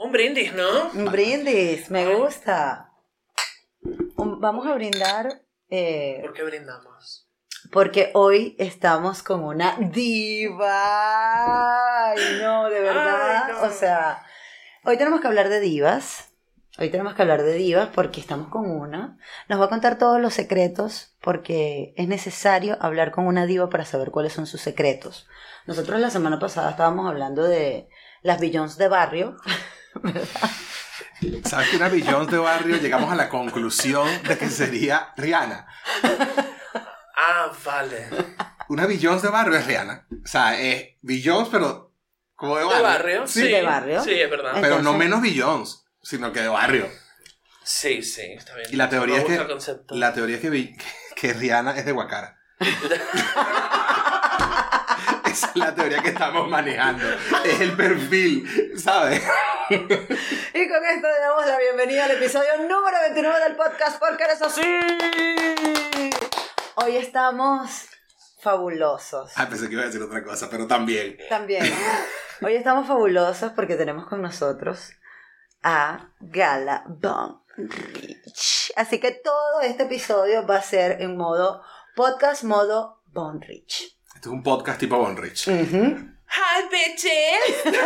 Un brindis, ¿no? Un brindis, me gusta. Un- vamos a brindar eh, ¿Por qué brindamos? porque hoy estamos con una diva. Ay, no, de verdad. Ay, no. O sea, hoy tenemos que hablar de divas. Hoy tenemos que hablar de divas porque estamos con una. Nos va a contar todos los secretos porque es necesario hablar con una diva para saber cuáles son sus secretos. Nosotros la semana pasada estábamos hablando de las billones de barrio. ¿Sabes que una Billions de Barrio llegamos a la conclusión de que sería Rihanna? Ah, vale. Una Billions de Barrio es Rihanna. O sea, es Billions, pero como de ¿De barrio. barrio? Ah, Sí. ¿De barrio? Sí, es verdad. Pero no Entonces- menos Billions, sino que de barrio. Sí, sí, está bien. Y la teoría Me es gusta que, el concepto. la teoría es que, Bi- que Rihanna es de Guacara. Esa es la teoría que estamos manejando. Es el perfil, ¿sabes? Y con esto le damos la bienvenida al episodio número 29 del podcast Porque eres así. Hoy estamos fabulosos. Ah, pensé que iba a decir otra cosa, pero también. También. Hoy estamos fabulosos porque tenemos con nosotros a Gala Von Rich. Así que todo este episodio va a ser en modo podcast, modo Von Rich. Esto es un podcast tipo Bonrich. ¡Hi, bitches!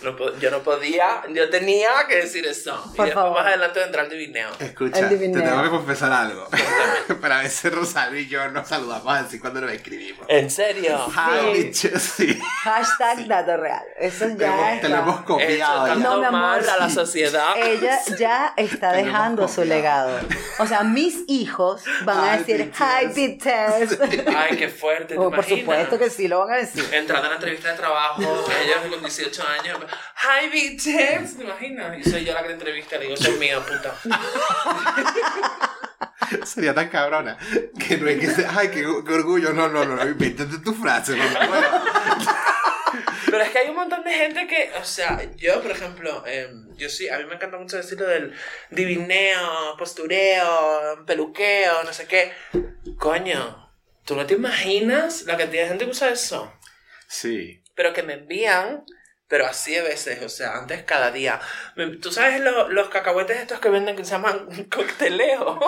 No po- yo no podía, yo tenía que decir eso. y Por después favor. más adelante vendrá el divineo. Escucha, te El divineo. tengo que confesar algo. Pero a veces Rosario y yo nos saludamos así cuando nos escribimos. ¿En serio? Hi, bitches, sí. Hashtag dato real. Eso Te, ya lo- te lo hemos está. copiado. Eso ya. No, no, mi amor, mal a la sí. sociedad. Ah, Ella ya está Tenemos dejando su copia. legado. O sea, mis hijos van a Ay, decir hi BTS". BTS. Ay, qué fuerte, ¿te Oh, por imaginas? supuesto que sí lo van a decir. Entrando a la entrevista de trabajo, ellos con 18 años. Hi, bitches. ¿Te imaginas? Y soy yo la que te entrevista. Le digo, soy mío, puta. Sería tan cabrona que no es que sea, ay, qué, qué orgullo. No, no, no, no, invéntate tu frase. mamá. Bueno, Pero es que hay un montón de gente que, o sea, yo, por ejemplo, eh, yo sí, a mí me encanta mucho decir lo del divineo, postureo, peluqueo, no sé qué. Coño, ¿tú no te imaginas la cantidad de gente que usa eso? Sí. pero que me envían, pero así a veces, o sea, antes cada día. Me- Tú sabes lo- los cacahuetes estos que venden que se llaman cocteleo.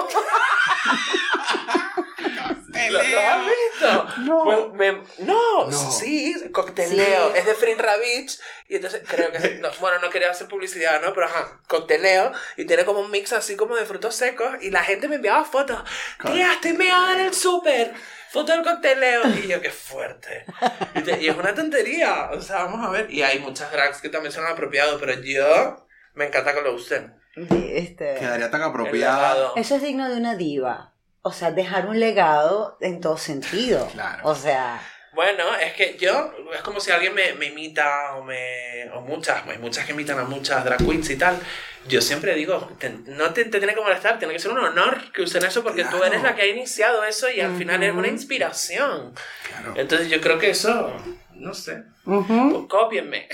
¿Lo, lo has visto? No. Pues me- no, No. sí, cocteleo. Sí. Es de Frinra Beach. Y entonces creo que. no, bueno, no quería hacer publicidad, ¿no? Pero ajá, cocteleo. Y tiene como un mix así como de frutos secos. Y la gente me enviaba fotos. Tía, estoy meada en el súper. Foto del cocteleo. Y yo, qué fuerte. Y, te- y es una tontería. O sea, vamos a ver. Y hay muchas drags que también son apropiados. Pero yo. Me encanta que lo usen. Sí, este, Quedaría tan El apropiada. legado. eso es digno de una diva. O sea, dejar un legado en todo sentido. Claro. O sea, Bueno, es que yo, es como si alguien me, me imita o me. o muchas, hay muchas que imitan a muchas drag queens y tal. Yo siempre digo, te- no te, te tiene que molestar, tiene que ser un honor que usen eso porque tú Claro. eres la que ha iniciado eso y al final es una inspiración. Claro. Entonces yo creo que eso, no sé, ujú. pues cópienme,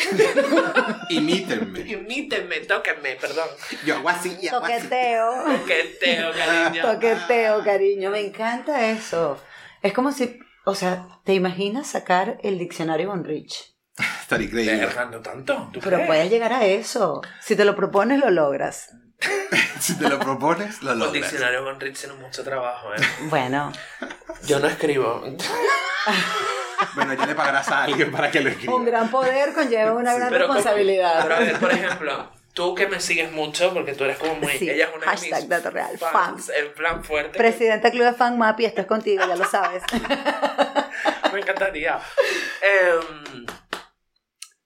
Imítenme. imítenme, tóquenme, perdón. Yo hago así y hago así. toqueteo, Toqueteo, cariño. toqueteo, cariño. Me encanta eso. Es como si, o sea, ¿te imaginas sacar el diccionario Von Rich? Estaría increíble. Verga, no tanto. ¿tú Pero crees? puedes llegar a eso. Si te lo propones, lo logras. Si te lo propones, lo Los logras. diccionarios con Rich tienen mucho trabajo, ¿eh? Bueno, Yo no escribo. Bueno, ya le pagarás a alguien para que lo un escriba. gran poder conlleva una gran Pero como- responsabilidad. pero a ver, por ejemplo, tú que me sigues mucho, porque tú eres como muy. Sí, Ella es una hashtag de mis dato real, fans, fans. En plan fuerte. Presidenta Club de Fan Mapi, esto es contigo, ya lo sabes. Me encantaría. Em,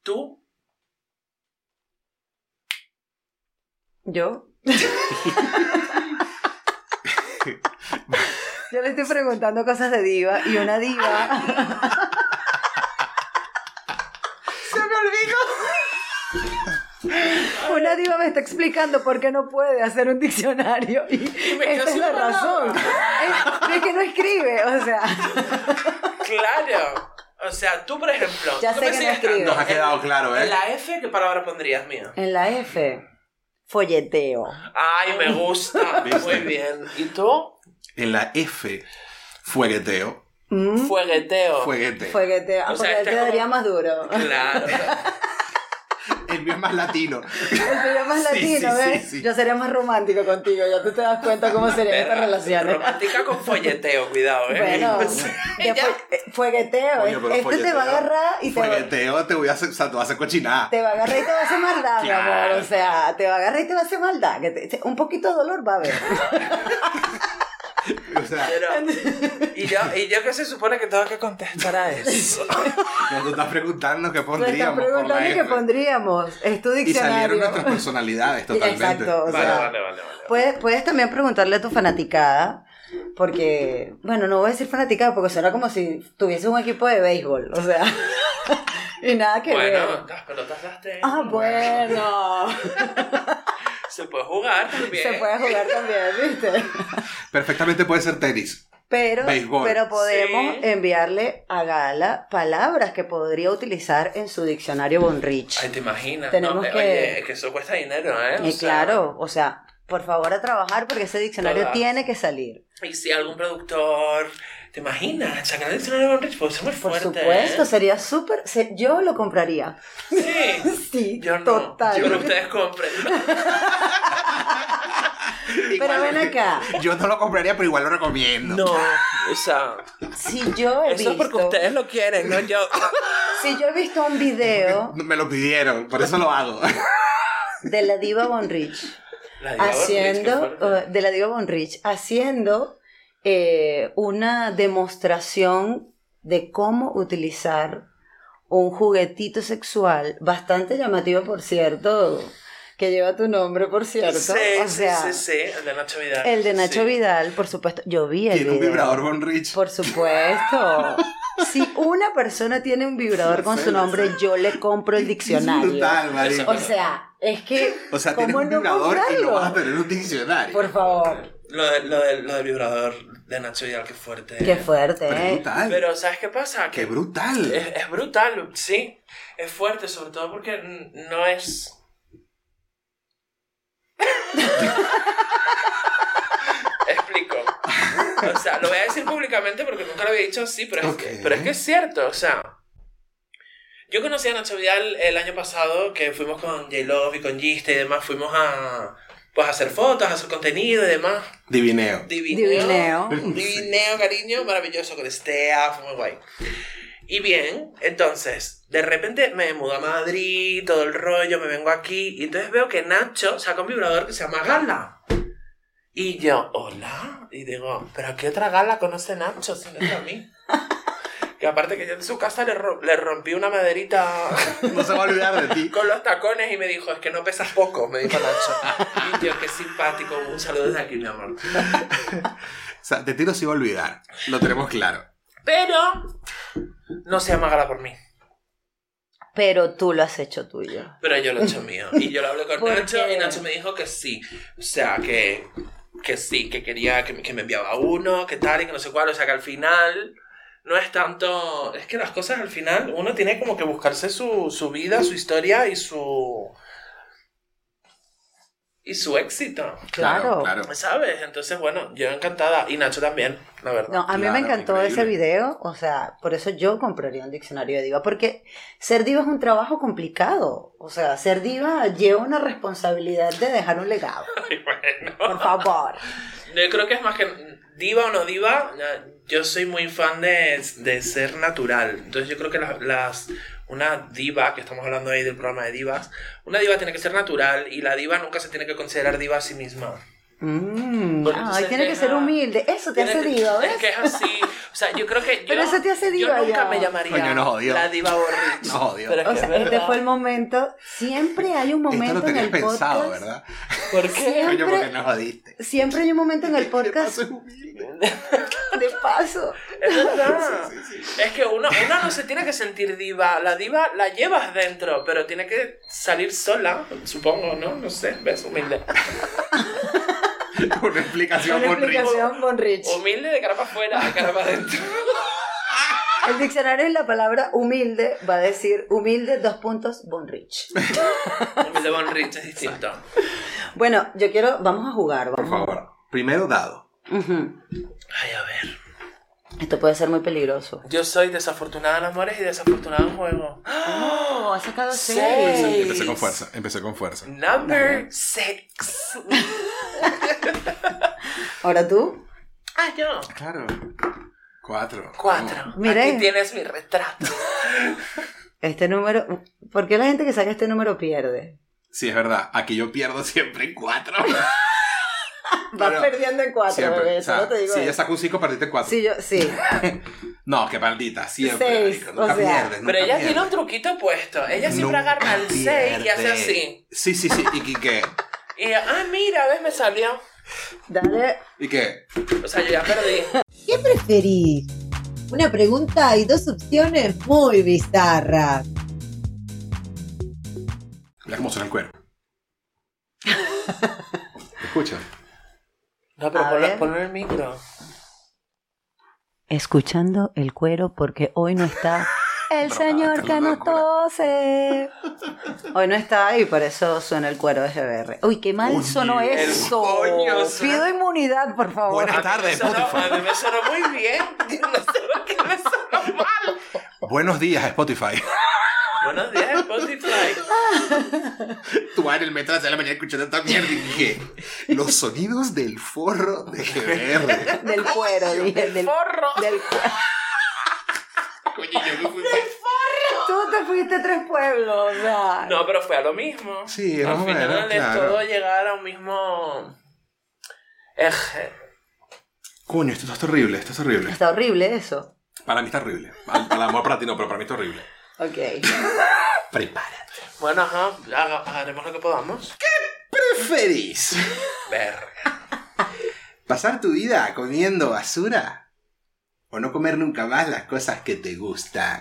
tú. ¿Yo? Yo le estoy preguntando cosas de diva y una diva. se me olvidó. Una diva me está explicando por qué no puede hacer un diccionario y, me quedo esta es sin la palabras. razón. Es, es que no escribe, o sea. Claro. O sea, tú, por ejemplo. Ya tú me sé que no sigues escribo. Nos dando ha quedado claro, En ¿eh? la F, ¿qué palabra pondrías, mía? En la F, folleteo. Ay, me gusta. ¿Viste? Muy bien. ¿Y tú? En la F, fuegueteo. Mm, Fuegueteo. Fuegueteo. Folleteo. Ah, O sea, porque este te es daría como- más duro. Claro. El mío es más latino. El tuyo es más Sí, sí, latino, sí, ¿ves? sí. Yo sería más romántico contigo, ya tú te das cuenta cómo serían estas relaciones. Romántica con folleteo, cuidado, eh. Bueno, O sea, de ¿eh? ya. fue- eh, fuegueteo. Coño, pero este te va a fuegueteo- agarrar y te va, Fuegueteo te voy a hacer, o sea, te voy a hacer cochinada. te va a agarrar y te va a hacer maldad, mi Claro. amor. O sea, te va a agarrar y te va a hacer maldad. que te- un poquito de dolor va a haber. O sea, Pero, y yo, y yo que se supone que tengo que contestar a eso. no, tú estás preguntando qué Nos están pondríamos por la preguntando qué F. pondríamos. Es tu Y salieron diccionario. nuestras personalidades totalmente. Exacto, o Vale, sea, vale, vale, vale. Puedes, puedes también preguntarle a tu fanaticada, porque, bueno, no voy a decir fanaticada porque suena como si tuviese un equipo de béisbol, o sea, y nada que Bueno, ver. las pelotas las tengo. Ah, bueno, Se puede jugar también. se puede jugar también, ¿viste? Perfectamente puede ser tenis. Pero, Béisbol. pero podemos Sí. enviarle a Gala palabras que podría utilizar en su diccionario Bonrich. Ay, te imaginas. Tenemos No, eh, que- Oye, es que eso cuesta dinero, ¿eh? O Y sea, claro, o sea, por favor a trabajar porque ese diccionario Todas. tiene que salir. Y si algún productor. ¿Te imaginas? Sacar el dinero de pues, Bonrich puede ser muy Por fuerte. supuesto, ¿eh? sería súper... se- yo lo compraría. Sí. Sí, Yo no. total. Pero ustedes compren. Pero ven ¿eh? acá, Yo no lo compraría, pero igual lo recomiendo. No, o sea. si yo he Eso es porque visto, ustedes lo quieren, no yo. si yo he visto un video Me lo pidieron, por eso lo hago. de la diva Bonrich La diabla Bonrich, qué haciendo, fuerte. eh, de la diva Bonrich haciendo eh, una demostración de cómo utilizar un juguetito sexual bastante llamativo, por cierto, que lleva tu nombre, por cierto. Sí, o sí, sea, sí, sí, el de Nacho Vidal. el de Nacho Sí. Vidal, por supuesto. Yo vi el Tiene un video. vibrador Bonrich. Por supuesto. Si una persona tiene un vibrador con su nombre, yo le compro el diccionario. Brutal, marico. O sea, es que. O sea, ¿cómo tienes un no vibrador y no comprarlo? vas a tener un diccionario. Por favor. Lo, de- lo, de- lo del vibrador de Nacho Vidal, qué fuerte. Qué fuerte, Pero es ¿eh? brutal. Pero, ¿sabes qué pasa? Qué Que brutal. es, es brutal, sí. Es fuerte, sobre todo porque n- no es. Explico. O sea, lo voy a decir públicamente porque nunca lo había dicho así, pero es, que, Ok. pero es que es cierto, o sea. Yo conocí a Nacho Vidal el año pasado, que fuimos con J-Love y con Gista y demás, fuimos a, pues, a hacer fotos, a hacer contenido y demás. Divineo. Divineo. Divineo. Divineo, cariño, maravilloso, con Estea, fue muy guay. Y bien, entonces, de repente me mudo a Madrid, todo el rollo, me vengo aquí, y entonces veo que Nacho saca un vibrador que se llama Gala. Y yo, hola, y digo, pero ¿qué otra Gala conoce Nacho si no es a mí? Que aparte que yo en su casa le, ro- le rompí una maderita No se va a olvidar de ti. con los tacones y me dijo, es que no pesas poco, me dijo Nacho. Y yo, qué simpático, un saludo desde aquí, mi amor. O sea, de ti no se va a olvidar. Lo tenemos claro. Pero no se llama Gala por mí. Pero tú lo has hecho tuyo. Pero yo lo he hecho mío. Y yo lo hablé con ¿Por Nacho qué? y Nacho me dijo que sí. O sea, que, que sí, que quería que, me- que me enviaba uno, que tal y que no sé cuál. O sea, que al final no es tanto... Es que las cosas al final uno tiene como que buscarse su, su vida, su historia y su... Y su éxito, Claro. Claro. ¿sabes? Entonces, bueno, yo encantada. Y Nacho también, la verdad. No, a mí me Claro, encantó increíble. ese video, o sea, por eso yo compraría un diccionario de diva, porque ser diva es un trabajo complicado, o sea, ser diva lleva una responsabilidad de dejar un legado, Y bueno. por favor. Yo creo que es más que diva o no diva, na- yo soy muy fan de, de ser natural. Entonces yo creo que las, las- una diva, que estamos hablando ahí del programa de divas, una diva tiene que ser natural y la diva nunca se tiene que considerar diva a sí misma. Mm, Porque ay, entonces tiene que deja- ser humilde, eso te Tiene hace que- diva, ¿ves? Es que es así. O sea, yo creo que yo, Pero eso te hace diva yo nunca ya. me llamaría Coño, nos jodió. la diva Borrich. Nos jodió. Pero es O que sea, es este verdad. fue el momento. Siempre hay un Esto momento lo en tenías el pensado, podcast. ¿verdad? ¿Por qué? Coño, porque Siempre, nos jodiste. siempre hay un momento en el podcast Yo soy humilde. de paso. Es verdad. Sí, sí, Es que uno, uno no se tiene que sentir diva. La diva la llevas dentro, pero tiene que salir sola, supongo, ¿no? No sé, ves, humilde. Una explicación Una con Rico. explicación con Rich. Humilde de cara para afuera, de cara para adentro. Oh. El diccionario en la palabra humilde va a decir humilde, dos puntos, Bonrich. Humilde Von Rich es distinto. Bueno, yo quiero, vamos a jugar, Por vamos. favor, primero dado. Ujú. Ay, a ver. Esto puede ser muy peligroso. Yo soy desafortunada en amores y desafortunada en juego. Oh, ha sacado Seis. seis. Empecé con fuerza, empecé con fuerza. Number six. Ahora tú. Ah, yo. Claro. Cuatro. Cuatro. Mira. Aquí tienes mi retrato. Este número. ¿Por qué la gente que saca este número pierde? Sí, es verdad. Aquí yo pierdo siempre en cuatro. Vas Pero- perdiendo en cuatro, siempre. bebé. O sea, solo te digo. si eso. ella sacó un cinco, perdiste en cuatro. Sí, yo, sí. No, qué maldita. Siempre. Seis, marico, nunca o sea. pierdes. Pero nunca ella pierdes. tiene un truquito puesto. Ella siempre Nunca agarra el seis y hace pierdes. así. Sí, sí, sí. ¿Y qué? Y, ah, mira, ves, me salió. Dale. ¿Y qué? O sea, yo ya perdí. ¿Qué preferís? Una pregunta y dos opciones muy bizarras. Mira cómo suena el cuero. Escucha. No, pero A ponlo, ver. ponlo en el micro. Escuchando el cuero porque hoy no está. El Drogada, señor que nos locura. tose. Hoy no está y por eso suena el cuero de GBR. Uy, qué mal Uy, sonó el eso. coño suena- Pido inmunidad, por favor. Buenas tardes, Me sonó- Spotify. a mí me sonó muy bien. Yo No sé por qué me sonó mal. Buenos días, Spotify. Buenos días, Spotify. Tú en el metro de la mañana escuchando esta mierda y dije, los sonidos del forro de GBR. Del cuero, dije. Del, Forro. del cuero. Coño, yo no fui. Tú te fuiste a tres pueblos, o sea. No, pero fue a lo mismo. Sí, Al más o final menos, es claro. todo llegar a un mismo eje. Coño, esto es horrible, esto es horrible. Está horrible eso. Para mí está horrible. Al- Para el amor para ti no, pero para mí está horrible. Ok. Prepárate. Bueno, ajá, haga- haremos lo que podamos. ¿Preferís Verga. pasar tu vida comiendo basura o no comer nunca más las cosas que te gustan?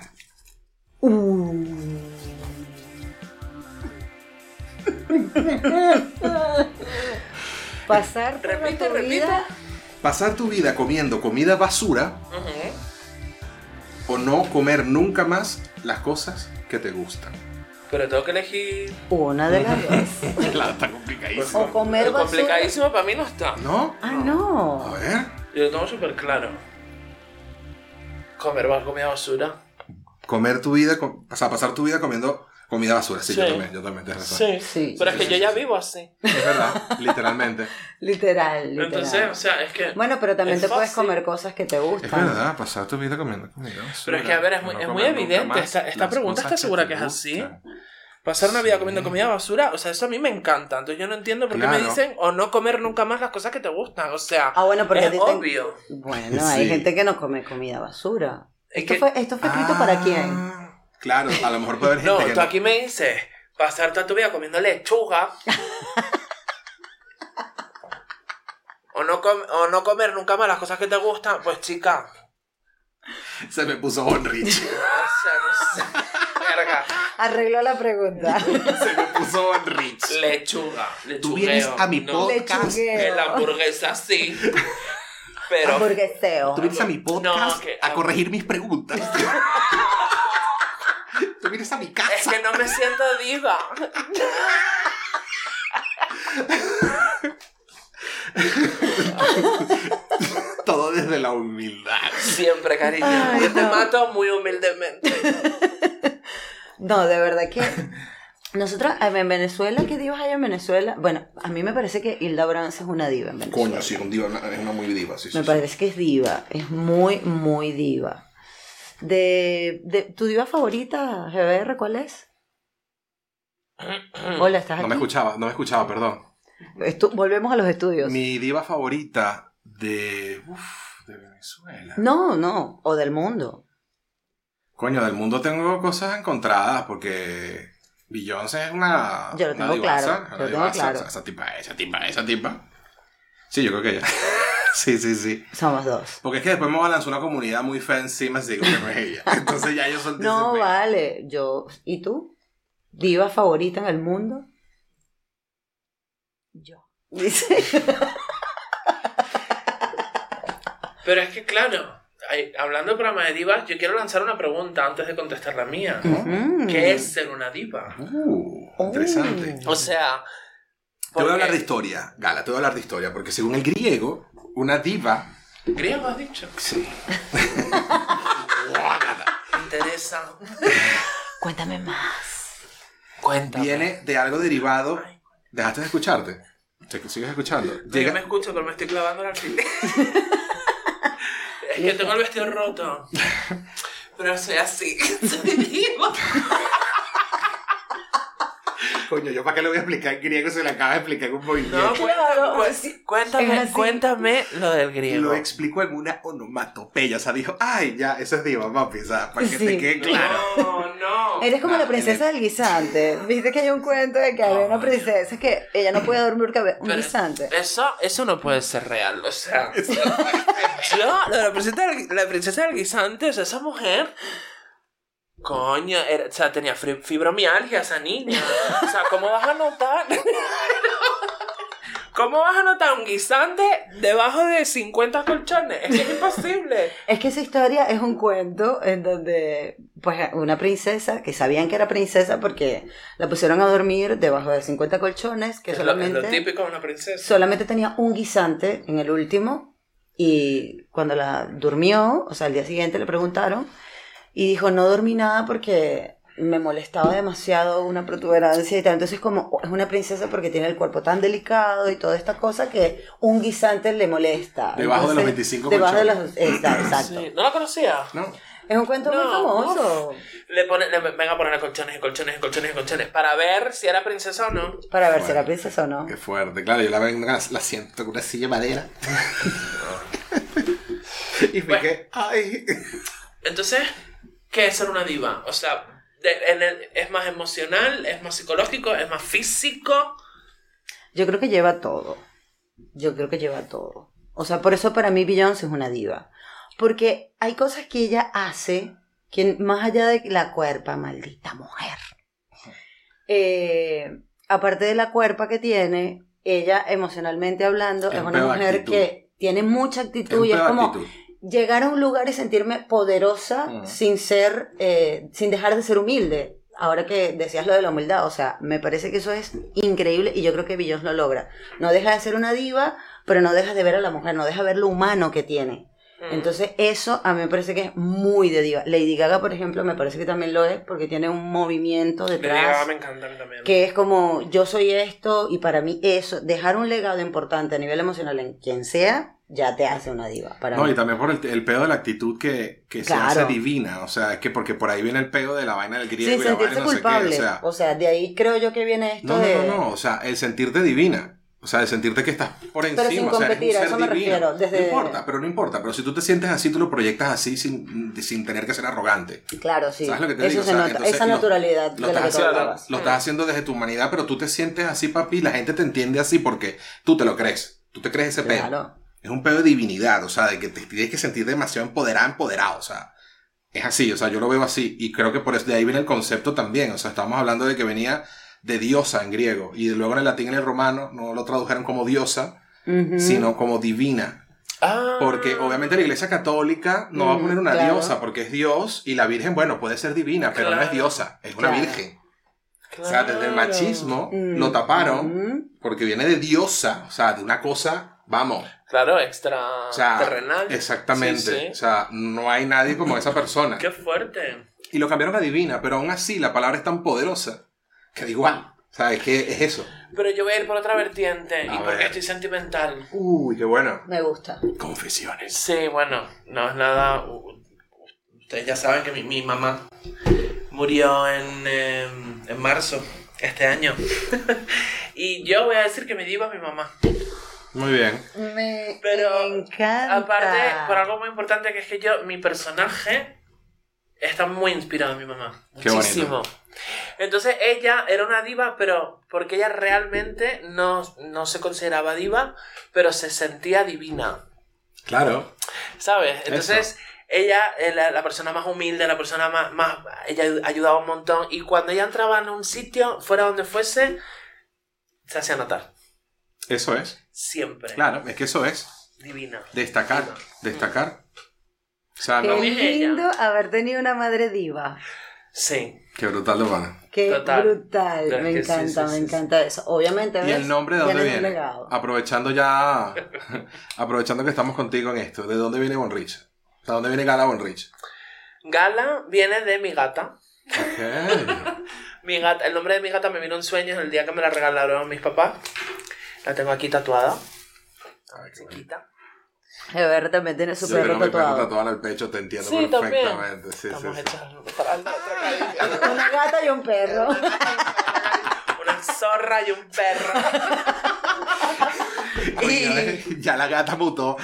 Uh. Pasar toda Repite, tu repite. vida- Pasar tu vida comiendo comida basura Ujú. o no comer nunca más las cosas que te gustan. Pero tengo que elegir. Una de las dos. Claro, está complicadísimo. O comer Lo basura. complicadísimo para mí no está. ¿No? Ah, A no. ver. Yo lo tengo súper claro. Comer va- comida basura. Comer tu vida, com- o sea, pasar tu vida comiendo comida basura. Sí, yo Sí. también, yo también, tienes razón. Sí. Pero es que sí, yo sí, ya sí. vivo así. Es verdad, literalmente. Literal, literal. Entonces, o sea, es que. bueno, pero también es te puedes fácil. comer cosas que te Es gustan. verdad, pasar tu vida comiendo comida basura. Pero es que, a ver, es muy- No es muy comer nunca evidente, más esta- esta las pregunta cosas está segura te que es así. gustan. Pasar una vida Sí. comiendo comida basura, o sea, eso a mí me encanta. Entonces yo no entiendo por qué me Claro. dicen o no comer nunca más las cosas que te gustan. O sea, Ah, bueno, porque es a ti te- obvio. Bueno, hay Sí. gente que no come comida basura. Es esto, que- fue, esto fue escrito para quién. Ah, Claro, a lo mejor puede haber No, gente que tú aquí me dices pasar toda tu vida comiendo lechuga. o, no com- o no comer nunca más las cosas que te gustan. Pues chica. se me puso Bonrich. O sea, no sé. Verga. Arregló la pregunta. se me puso Bonrich. Lechuga. Lechugueo. Tú vienes a mi no. podcast. Que la Lechugueo. hamburguesa sí. Pero. Hamburgueseo. Tú vienes a mi podcast No, que- a corregir mis preguntas. tú vienes a mi Es casa. que no me siento diva. Todo desde la humildad. Siempre, cariño. Yo te mato muy humildemente. No, de verdad que. Nosotros eh, en Venezuela, ¿qué divas hay en Venezuela? Bueno, a mí me parece que Hilda Brance es una diva en Venezuela. Coño, sí, un diva, es una muy diva. Sí, sí, Me sí. parece que es diva, es muy, muy diva. De, de- ¿Tu diva favorita, GBR, cuál es? Hola, ¿estás No aquí? me escuchaba, no me escuchaba, perdón. Estu- volvemos a los estudios. Mi diva favorita de. Uf, de Venezuela. No, no, o del mundo. Coño, del mundo tengo cosas encontradas porque Beyoncé es una. Yo lo una tengo divaza, claro, una yo lo tengo divaza, claro. o sea, esa tipa, esa tipa, esa tipa. Sí, yo creo que ella. sí, sí, sí. Somos dos. Porque es que después me van a lanzar una comunidad muy fea encima si digo que no es ella. Entonces ya yo solté No, ese pe- vale. Yo, ¿y tú? ¿Diva favorita en el mundo? Yo. Dice. Pero es que, claro, hay- hablando de programa de divas, yo quiero lanzar una pregunta antes de contestar la mía. Mm. ¿Qué es ser una diva? Uh, Oh. interesante. O sea, Te voy porque- a hablar de historia, Gala, te voy a hablar de historia, porque según el griego, una diva. griego has dicho. Sí. Interesa. Cuéntame más. Cuéntame. Viene de algo derivado. Dejaste de escucharte. Te sigues escuchando. No, Yo me Llega. escucho, pero me estoy clavando el alfiler. es que tengo el vestido roto. Pero soy así. Soy diva. Coño, yo para qué le voy a explicar en griego se le acaba de explicar un movimiento. No, cuéntame, Claro, pues. así- es cuéntame, así. cuéntame lo del griego. Lo explicó en una onomatopeya. O sea, dijo, ay, ya, eso es diva, papi. O sea, para que Sí. te quede claro. No, no. Eres como Nah, la princesa del guisante. Viste que hay un cuento de que había una princesa que ella no puede dormir porque había un Pero eh. guisante. Eso, eso no puede ser real, o sea. yo, lo de la princesa, del- la princesa del guisante, o sea, esa mujer. Coño, era- o sea, tenía fri- fibromialgia esa niña. O sea, ¿cómo vas a notar? ¿Cómo vas a notar un guisante debajo de 50 colchones? Es que es imposible. Es que esa historia es un cuento en donde, pues, una princesa, que sabían que era princesa porque la pusieron a dormir debajo de 50 colchones, que Es lo, es solamente, lo típico de una princesa. solamente tenía un guisante en el último. Y cuando la durmió, o sea, al día siguiente le preguntaron, y dijo, no dormí nada porque me molestaba demasiado una protuberancia y tal. Entonces, como oh, es una princesa porque tiene el cuerpo tan delicado y toda esta cosa que un guisante le molesta. Debajo de los Entonces, 25 Debajo de colchones. los... Exacto. exacto. Sí, ¿No la conocía? ¿No? Es un cuento No, muy famoso. Le, pone, le venga a poner colchones y colchones y colchones y colchones para ver si era princesa o no. Para ver si Bueno. era princesa o no. Qué fuerte, claro, yo la vengo, la siento con una silla de madera. y me quedé, ay. Entonces, ¿qué es ser una diva? O sea, de- en el- es más emocional, es más psicológico, es más físico. Yo creo que lleva todo. Yo creo que lleva todo. O sea, por eso para mí Beyoncé es una diva. Porque hay cosas que ella hace que más allá de la cuerpa, maldita mujer. eh, aparte de la cuerpa que tiene, ella emocionalmente hablando Es es un una pedo de mujer actitud. que tiene mucha actitud y es como llegar a un lugar y sentirme poderosa Ujú. sin ser, eh, sin dejar de ser humilde. Ahora que decías lo de la humildad, o sea, me parece que eso es increíble y yo creo que Billions lo logra. No deja de ser una diva, pero no dejas de ver a la mujer, no deja ver lo humano que tiene. Mm. Entonces eso a mí me parece que es muy de diva. Lady Gaga, por ejemplo, me parece que también lo es porque tiene un movimiento Lady Gaga detrás me encanta a mí también. que es como yo soy esto y para mí eso, dejar un legado importante a nivel emocional en quien sea, ya te hace una diva. Para No, mí. y también por el, el pedo de la actitud que, que se Claro. hace divina. O sea, es que porque por ahí viene el pedo de la vaina del griego. Sin y la sentirse vaina no sé qué, culpable. o sea, de ahí creo yo que viene esto no, no, de. no, no, O sea, el sentirte divina. O sea, el sentirte que estás por encima. sin o sea, eres competir, un a ser eso me divino. refiero, desde- No importa, pero no importa. Pero si tú te sientes así, tú lo proyectas así sin, sin tener que ser arrogante. Claro, sí. ¿Sabes lo que te Eso digo? O se sea, nota. entonces Esa lo- naturalidad lo de la que estás tú haciendo- hablabas. Mm. Lo estás haciendo desde tu humanidad, pero tú te sientes así, papi, y la gente te entiende así porque tú te lo crees. Tú te crees ese pedo. Claro. Es un pedo de divinidad, o sea, de que te tienes que sentir demasiado empoderado, empoderado, o sea. Es así, o sea, yo lo veo así. Y creo que por eso de ahí viene el concepto también. O sea, estamos hablando de que venía de diosa en griego. Y luego en el latín y en el romano no lo tradujeron como diosa, Ujú. sino como divina. Ah. Porque obviamente la iglesia católica no va a Mm, poner una claro. diosa porque es Dios y la Virgen, bueno, puede ser divina, pero no es Claro. diosa, es una Claro. virgen. O sea, desde el Claro. machismo Mm. lo taparon Ujú. porque viene de diosa, o sea, de una cosa, vamos, Claro, extra o sea, Ah, terrenal. exactamente, Sí, sí. o sea, no hay nadie como esa persona. Qué fuerte. Y lo cambiaron a divina, pero aún así la palabra es tan poderosa que da igual, o sea, es que es eso. Pero yo voy a ir por otra vertiente A y ver. porque estoy sentimental. Uy, qué bueno. Me gusta. Confesiones. Sí, bueno, no es nada. u- u- Ustedes ya saben que mi, mi mamá murió en, eh, en marzo este año. y yo voy a decir que mi diva es mi mamá. Muy bien. Me Pero, encanta. Aparte, por algo muy importante que es que yo, mi personaje está muy inspirado en mi mamá. Qué Muchísimo. Entonces ella era una diva, pero porque ella realmente no, no se consideraba diva, pero se sentía divina. Claro. ¿Sabes? Entonces, ella, eh, la, la persona más humilde, la persona más, más. Ella ayudaba un montón. Y cuando ella entraba en un sitio, fuera donde fuese, se hacía notar. Eso es. Siempre. Claro, es que eso es. Divina. Destacar. Destacar. O sea, Qué no. es ella. lindo haber tenido una madre diva. Sí. Qué brutal, hermano. Qué Total. brutal. Claro Me que sí, encanta, sí, me sí, encanta eso. Obviamente, ¿Y ¿ves? el nombre de dónde Tienes un viene? Ah. legado. Aprovechando ya. aprovechando que estamos contigo en esto. ¿De dónde viene Bonrich? ¿De dónde viene Gala Bonrich? Gala viene de mi gata. Ok. Mi gata, el nombre de mi gata me vino en sueños el día que me la regalaron mis papás. La tengo aquí tatuada. Ah, Chiquita. Ever también tiene su Yo perro tengo mi perro tatuado. tatuado en el pecho, te entiendo Sí, también. perfectamente. Sí, sí, Estamos sí. hechas para la otra caricia. Una gata y un perro. Una zorra y un perro. Oye, ya la gata mutó.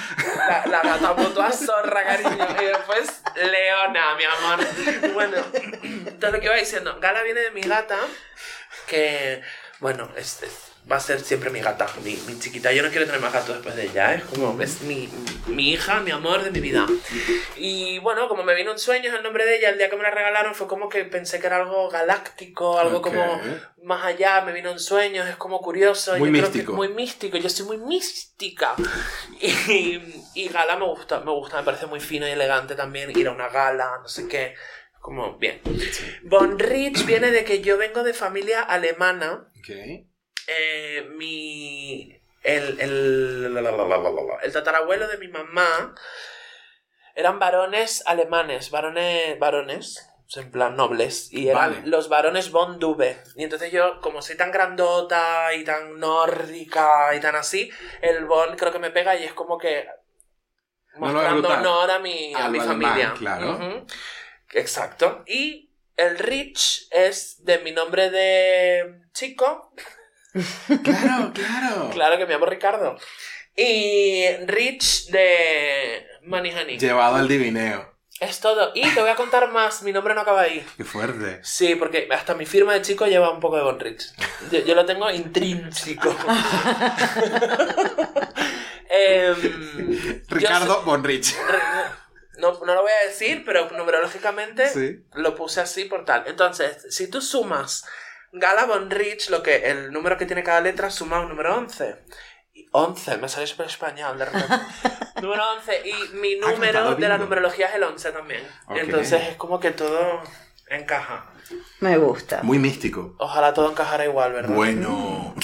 La, la gata votó a zorra, cariño. Y después Leona, mi amor. Bueno, entonces lo que iba diciendo, Gala viene de mi gata, que, bueno, es- es- va a ser siempre mi gata, mi, mi chiquita. Yo no quiero tener más gatos después de ella, ¿eh? es como, es mi, mi hija, mi amor de mi vida. Y bueno, como me vino un sueño el nombre de ella, el día que me la regalaron fue como que pensé que era algo galáctico, algo Ok. como más allá, me vino en sueños, es como curioso. Muy yo creo místico. que muy místico, yo soy muy mística. Y, y gala me gusta, me gusta, me parece muy fino y elegante también ir a una gala, no sé qué. Como bien. Von Rich viene de que yo vengo de familia alemana. Ok. Eh, mi. El, el, el tatarabuelo de mi mamá eran varones alemanes, varones, varones, o sea, en plan nobles, y eran Vale. los varones von Dube. Y entonces yo, como soy tan grandota y tan nórdica y tan así, el von creo que me pega y es como que No, no, mostrando brutal. honor a mi, a A mi lo familia. alemán, claro. Ujú. Exacto. Y el Rich es de mi nombre de chico, Claro, claro. Claro que me llamo Ricardo. Y Rich de Money Honey. Llevado al divineo. Es todo. Y te voy a contar más. Mi nombre no acaba ahí. Qué fuerte. Sí, porque hasta mi firma de chico lleva un poco de Von Rich. Yo, yo lo tengo intrínseco. Em, yo Ricardo Bonrich. sé- No, no lo voy a decir, pero numerológicamente Sí. lo puse así por tal. Entonces, si tú sumas Gala Von Rich, lo que, el número que tiene cada letra, suma un número 11. Y 11, me sale súper español de repente. número 11. Y mi cantado número de la bingo. numerología es el 11 también. Ok. Entonces es como que todo encaja. Me gusta. Muy místico. Ojalá todo encajara igual, ¿verdad? Bueno.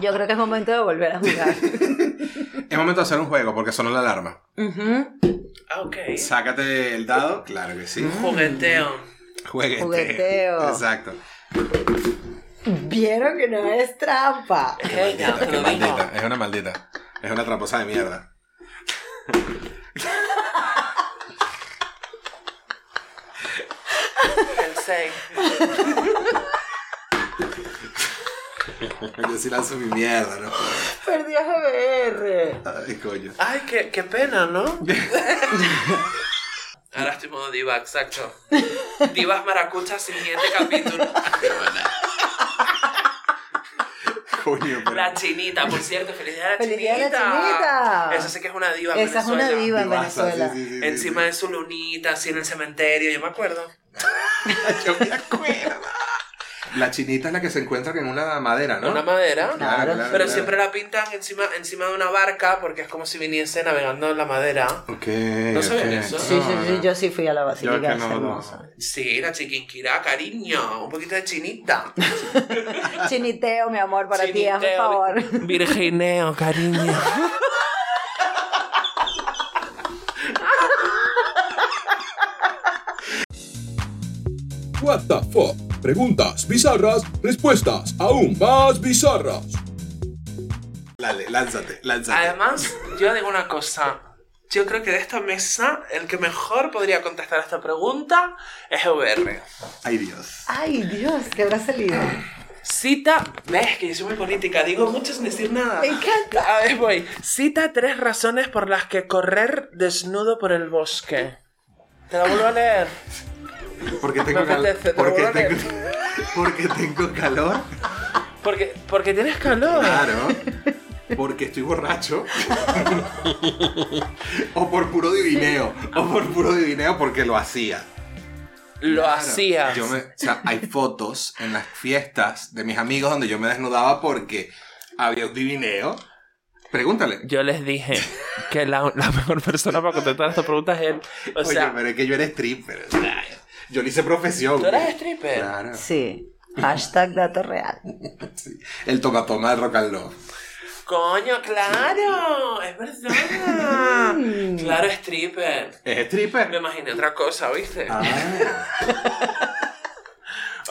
Yo creo que es momento de volver a jugar. Es momento de hacer un juego porque sonó la alarma. Ujú. Ah, ok. Sácate el dado. Claro que sí. Jugueteo. Jueguete. Jugueteo. Exacto. Vieron que no es trampa. Es ella, te Qué lo digo. maldita. Es una maldita. Es una tramposa de mierda. El 6. Yo sí lanzo mi mierda, ¿no? Perdió a GBR. Ay, coño. Ay, qué, qué pena, ¿no? Ahora estoy modo diva, exacto. Divas maracuchas, siguiente capítulo. Coño, pero. La chinita, por cierto, felicidades a la chinita. Felicidades a la Chinita. Esa sí que es una diva. en Esa es una Venezuela. diva en Divasa, Venezuela. sí, sí, sí, sí, Encima de su lunita, así en el cementerio, yo me acuerdo. sí. Yo me acuerdo. La chinita es la que se encuentra en una madera, ¿no? Una madera. Claro, Pero siempre la pintan encima, encima de una barca porque es como si viniese navegando en la madera. Ok. ¿No saben ok. eso? Sí, sí, No, sí, no. yo sí fui a la Yo es basílica. que es no, no. hermosa. Sí, la chiquinquirá, cariño. Un poquito de chinita. Chiniteo, mi amor, para ti, Chiniteo, hazme un favor. Virgineo, cariño. What the fuck? Preguntas bizarras, respuestas aún más bizarras. Dale, lánzate, lánzate. Además, yo digo una cosa. Yo creo que de esta mesa, el que mejor podría contestar a esta pregunta es E VR. Ay, Dios. Ay, Dios, ¿qué habrá salido? Cita, ves que yo soy muy política, digo mucho sin decir nada. Me encanta. A ver, voy. Cita tres razones por las que correr desnudo por el bosque. Te la vuelvo a leer. Porque tengo Porque calor. te- te Porque trabó la tengo, porque tengo calor. Porque, porque tienes calor. Claro. Porque estoy borracho. o por puro divineo. O por puro divineo porque lo hacía. Lo Claro. hacías. Yo me- o sea, hay fotos en las fiestas de mis amigos donde yo me desnudaba porque había un divineo. Pregúntale. Yo les dije que la, la mejor persona para contestar esta pregunta es él. O Oye, sea, pero es que yo era stripper. o sea, Yo le hice profesión. ¿tú eras güey. stripper? Claro. Sí. Hashtag dato real. El tocatoma del rock and roll. Coño, claro, es verdad. Mm. claro, stripper. ¿Es Me stripper? imaginé otra cosa, ¿viste? Ah,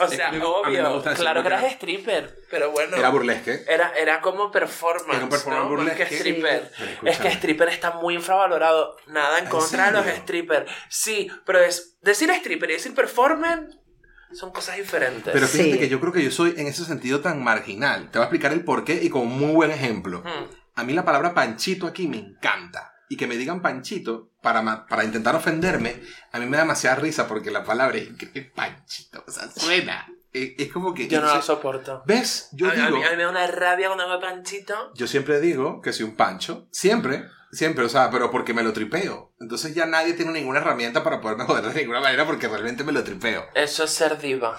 o sea, es que a mí me obvio, gusta decir claro que porque- eras stripper, pero bueno. era burlesque. Era, era como performance. Era un performance ¿no? Más burlesque. que stripper. Pero escúchame. Es que stripper está muy infravalorado. Nada en ¿En contra de los serio? strippers. Sí, pero es decir stripper y decir performance son cosas diferentes. Pero fíjate Sí. que yo creo que yo soy en ese sentido tan marginal. Te voy a explicar el por qué y con un muy buen ejemplo. Mm. A mí la palabra panchito aquí me encanta. Y que me digan panchito para, ma- para intentar ofenderme, a mí me da demasiada risa porque la palabra es increíble, panchito. O sea, suena. Es, es como que... Yo no lo entonces, soporto. ¿Ves? Yo a, mí- a digo... mí, a mí me da una rabia cuando veo panchito. Yo siempre digo que soy un pancho. Siempre. Siempre, o sea, pero porque me lo tripeo. Entonces ya nadie tiene ninguna herramienta para poderme joder de ninguna manera porque realmente me lo tripeo. Eso es ser diva.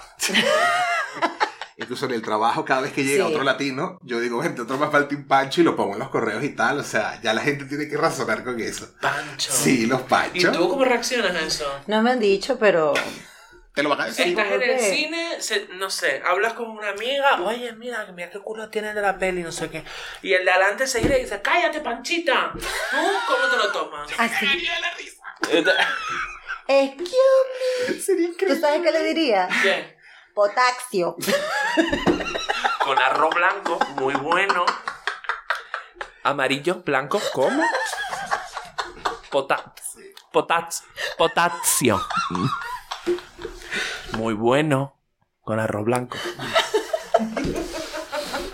Incluso en el trabajo, cada vez que llega Sí. otro latino, yo digo, gente, otro más falta un pancho y lo pongo en los correos y tal. O sea, ya la gente tiene que razonar con eso. Pancho. Sí, los ¿Y panchos. tú cómo reaccionas a eso? No me han dicho, pero Te lo vas a decir. Estás en el porque- cine, se- no sé, hablas con una amiga, oye, mira, mira qué culo tiene el de la peli, no sé qué. Y el de adelante se gira y dice, cállate, panchita. ¿Tú cómo te lo tomas? así. ¿Qué? Excuse me. ¿Tú sabes qué le diría? Potaxio. Con arroz blanco, muy bueno. Amarillos, blancos, ¿cómo? Potat. Potat. Potasio. Muy bueno. Con arroz blanco.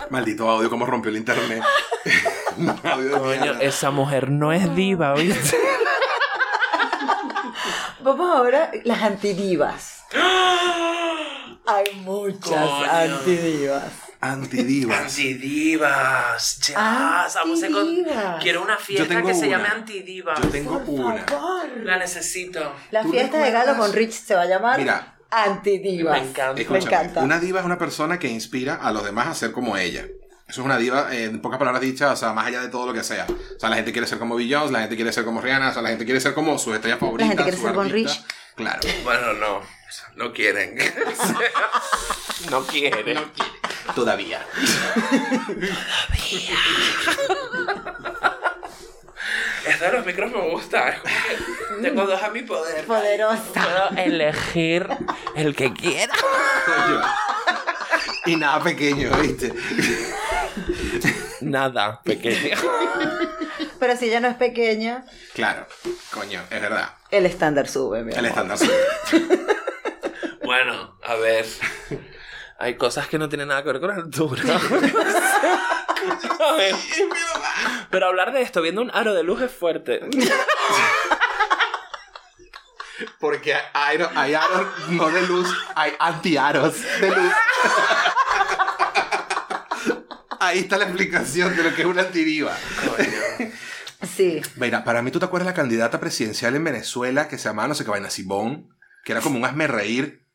Maldito audio, cómo rompió el internet. Un audio de Coño, mierda. esa mujer no es diva, ¿viste? Vamos ahora las antidivas. ¡Ah! Hay muchas Coño. antidivas. Antidivas. Antidivas, chas, vamos a encon- Antidivas. Quiero una Yo fiesta tengo que se una. llame Antidivas. Yo tengo una. La necesito. La ¿Tú fiesta de Galo recuerdas? con Rich se va a llamar Mira. Antidivas. Me encanta. Me Escúchame, encanta. Una diva es una persona que inspira a los demás a ser como ella. Eso es una diva, eh, en pocas palabras dichas, o sea, más allá de todo lo que sea. O sea, la gente quiere ser como Beyoncé, la gente quiere ser como Rihanna, o sea, la gente quiere ser como su estrella favorita. gente quiere su ser con artista. Rich. Claro. Bueno, no. No quieren. no quieren. Todavía. Esto de los micros me gusta. Es como que tengo dos a mi poder. Poderosa. Puedo elegir el que quiera. Coño. Y nada pequeño, ¿viste? Nada, pequeño. Pero si ella no es pequeña, Claro. Coño, es verdad. el estándar sube, mi El amor. estándar sube. Bueno, a ver. Hay cosas que no tienen nada que ver con la altura. A ver. Pero hablar de esto viendo un aro de luz es fuerte. Porque hay, aro- hay aros no de luz, hay antiaros de luz. Ahí está la explicación de lo que es una antidiva. Sí. Mira, para mí, ¿tú te acuerdas la candidata presidencial en Venezuela que se llamaba no sé qué vaina, Simón? Que era como un hazme reír.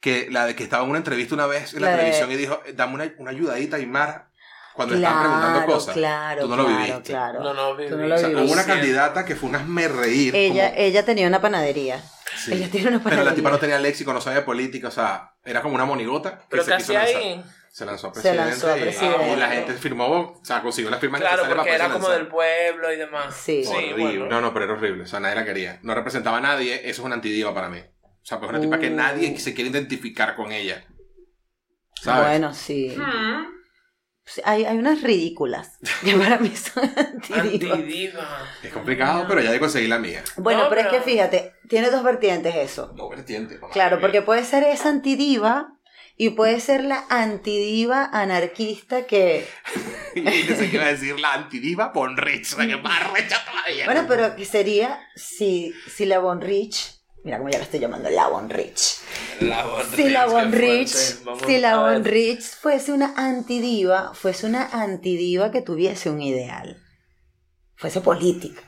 Que la de que estaba en una entrevista una vez en la La de- televisión y dijo, "Eh, dame una, una ayudadita, Aymara, cuando le estaban preguntando cosas. Claro, Tú no lo claro, viviste. claro. No, no, Tú viví. no lo O sea, hubo viviste. una candidata que fue un hazme reír. Ella, como- ella tenía una panadería. Sí. Ella tiene una Pero panadería. la tipa no tenía léxico, no sabía política, o sea, era como una monigota. que Pero se que quiso hacía lanzar. ahí. Se lanzó a Se presidente, lanzó a y- presidente. Y, la gente firmó, o sea, consiguió las firmas Claro, necesarias porque para era poderse como lanzar. del pueblo y demás. Sí. Horrible. bueno. No, no, pero era horrible. O sea, nadie la quería. No representaba a nadie. Eso es una antidiva para mí. O sea, pues una tipa que Uh. nadie se quiere identificar con ella. ¿Sabes? Bueno, sí. Sí, Hay, hay unas ridículas que para mí son antidivas. Antidiva. Es complicado, pero ya de conseguir la mía. Bueno, No, pero, es pero- que fíjate, tiene dos vertientes eso. No vertiente. mamá. Claro, porque puede ser esa antidiva y puede ser la antidiva anarquista que... Y pensé que iba a decir la antidiva con Rich, la que más recha todavía. Bueno, pero que sería si, si la Von Rich Mira cómo ya la estoy llamando Lavon Rich. La Von Si la Von qué fuerte. Rich, Vamos si la a ver. Von Rich fuese una antidiva, fuese una antidiva que tuviese un ideal, fuese política,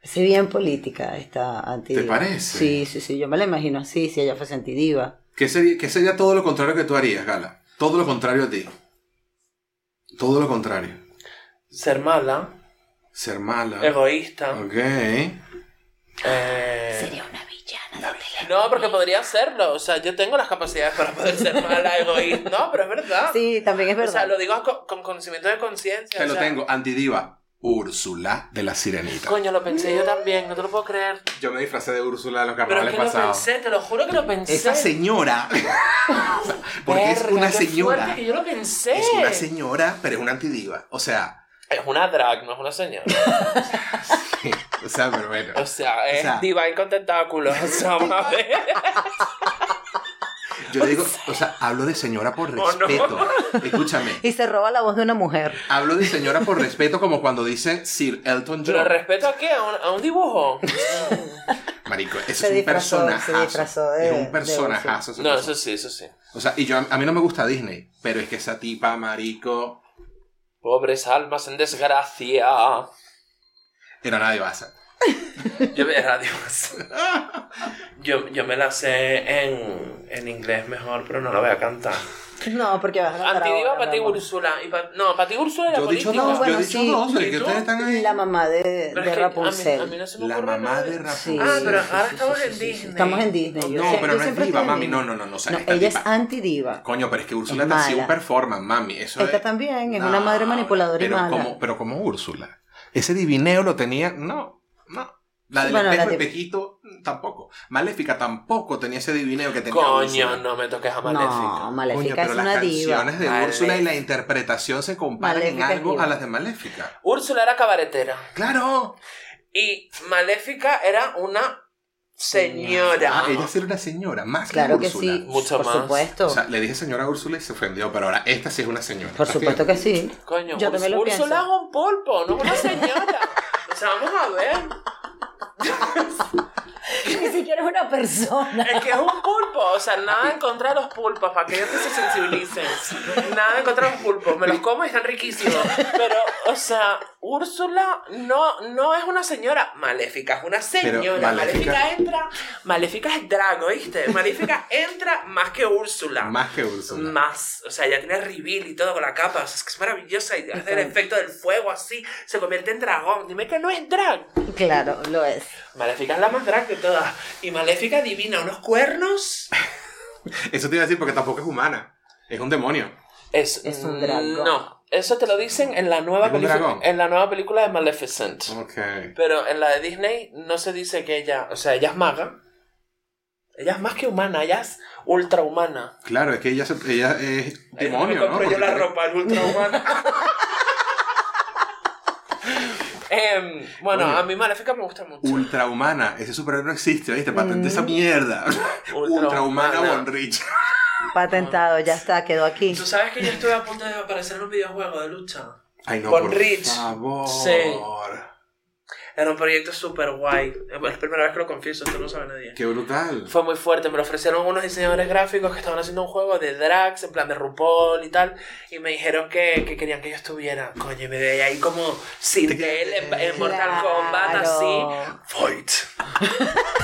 fuese bien política esta antidiva. parece? Sí, sí, sí, yo me la imagino así, si ella fuese antidiva. ¿Qué sería, qué sería todo lo contrario que tú harías, Gala? Todo lo contrario a ti. Todo lo contrario. Ser mala, Ser mala. egoísta. Ah. Ok. eh, Sería una villana. de tele- No, porque podría serlo. O sea, yo tengo las capacidades para poder ser mala, egoísta. No, pero es verdad. Sí, también es O sea, verdad. lo digo con, con conocimiento de conciencia. Te o lo sea, tengo. Antidiva. Úrsula de la Sirenita. Coño, lo pensé yo también, no te lo puedo creer. Yo me disfracé de Úrsula en los Pero es carnavales que lo pasados. pensé, te lo juro que lo pensé. Esa señora. O sea, porque es Verga, una qué fuerte señora. que yo lo pensé. Es una señora, pero es una antidiva. O sea, Es una drag, no es una señora. o sea, pero bueno. O sea, es O sea- divine con tentáculos. O sea, vamos a ver. Yo digo, o sea, hablo de señora por Oh, no. respeto. Escúchame. Y se roba la voz de una mujer. Hablo de señora por respeto como cuando dicen Sir Elton ¿Pero John. respeto a qué? ¿A un, a un dibujo? Marico, ese Se es un disfrazó, personajazo. se disfrazó de- es de un Úrsula. personajazo. esa No, persona. eso sí, eso sí. O sea, y yo a mí no me gusta Disney, pero es que esa tipa, marico, Pobres almas en desgracia. era nadie basa. Yo me, era Dios. Yo, yo me la sé en, en inglés mejor, pero no la voy a cantar. No, porque vas a cantar Antidiva ahora, para ti, mi amor. Úrsula. y pa- no, para ti, Úrsula era Yo he dicho política. dos, bueno, yo he dicho sí. dos, ¿Y el que tú? ustedes están ahí. La mamá de, Pero de es que a mí- Rapunzel. a mí no se me La ocurre mamá nada. de Sí, Rapunzel. Ah, pero sí, ahora sí, estamos sí, en sí, sí. Disney. Estamos en Disney. yo No, sé- yo pero no es siempre estoy diva, en mami, Disney. no, no, no, no, o sea, esta ella es tipa- antidiva. Coño, pero es que Úrsula Es te hacía mala. un performance, mami. Eso Esta es- también es No, una madre manipuladora y pero mala. Como, pero como Úrsula. Ese divineo lo tenía. No, no. La del Bueno, la espejo, de- espejito, tampoco. Maléfica tampoco tenía ese divineo que tenía. Úrsula. Coño, no me toques a No, Maléfica. Coño, Maléfica pero es las una diva. canciones de Maléfica. Úrsula y la interpretación se comparan Maléfica en es algo diva. a las de Maléfica. Úrsula era cabaretera. ¡Claro! Y Maléfica era una señora. Ah, ella sí era una señora, más Claro que que Úrsula. sí. Mucho por más. supuesto. O sea, le dije señora a Úrsula y se ofendió, pero ahora esta sí es una señora. por supuesto que sí. Coño, Yo Úrs- también lo Úrsula pienso. es un polpo, no es una señora. o sea, vamos a ver. Ni siquiera es una persona. Es que es un pulpo, o sea, nada en contra de los pulpos, para que ellos se sensibilicen. Nada en contra de los pulpos, me los como y están riquísimos. Pero, o sea, Úrsula no, no es una señora maléfica, es una señora. Pero maléfica. Maléfica- entra, maléfica es drag, ¿oíste? Maléfica entra más que Úrsula. Más que Úrsula. Más, o sea, ya tiene reveal y todo con la capa, o sea, es que es maravillosa y hace el efecto del fuego así, se convierte en dragón. Dime que no es drag. Claro, lo es. Maléfica es la más drag de todas. Y Maléfica divina, unos cuernos. Eso te iba a decir porque tampoco es humana. Es un demonio. Es, Es un dragón. No, eso te lo dicen en la nueva ¿Es un película. dragón? En la nueva película de Maleficent. Ok. Pero en la de Disney no se dice que ella. O sea, ella es maga. Ella es más que humana, ella es ultrahumana. Claro, es que ella, se- ella es Ahí me demonio, ¿no? compro yo Porque la tiene- ropa, es ultrahumana. Em, bueno, Coño. a mí Maléfica me gusta mucho. Ultrahumana, ese superhéroe no existe, ¿viste? Patente Mm. esa mierda. Ultrahumana Ultrahumana. Von Rich. Patentado, ya está, quedó aquí. ¿Tú sabes que yo estuve a punto de aparecer en un videojuego de lucha? Ay, no, Von por Rich. favor. Sí. Era un proyecto súper guay. Es la primera vez que lo confieso, esto no lo sabe nadie. Qué brutal. Fue muy fuerte, me lo ofrecieron unos diseñadores gráficos que estaban haciendo un juego de drags, en plan de RuPaul y tal, y me dijeron que, que querían que yo estuviera. Coño, y me veía ahí como sin él en, en Mortal Claro. Kombat, así. Fight.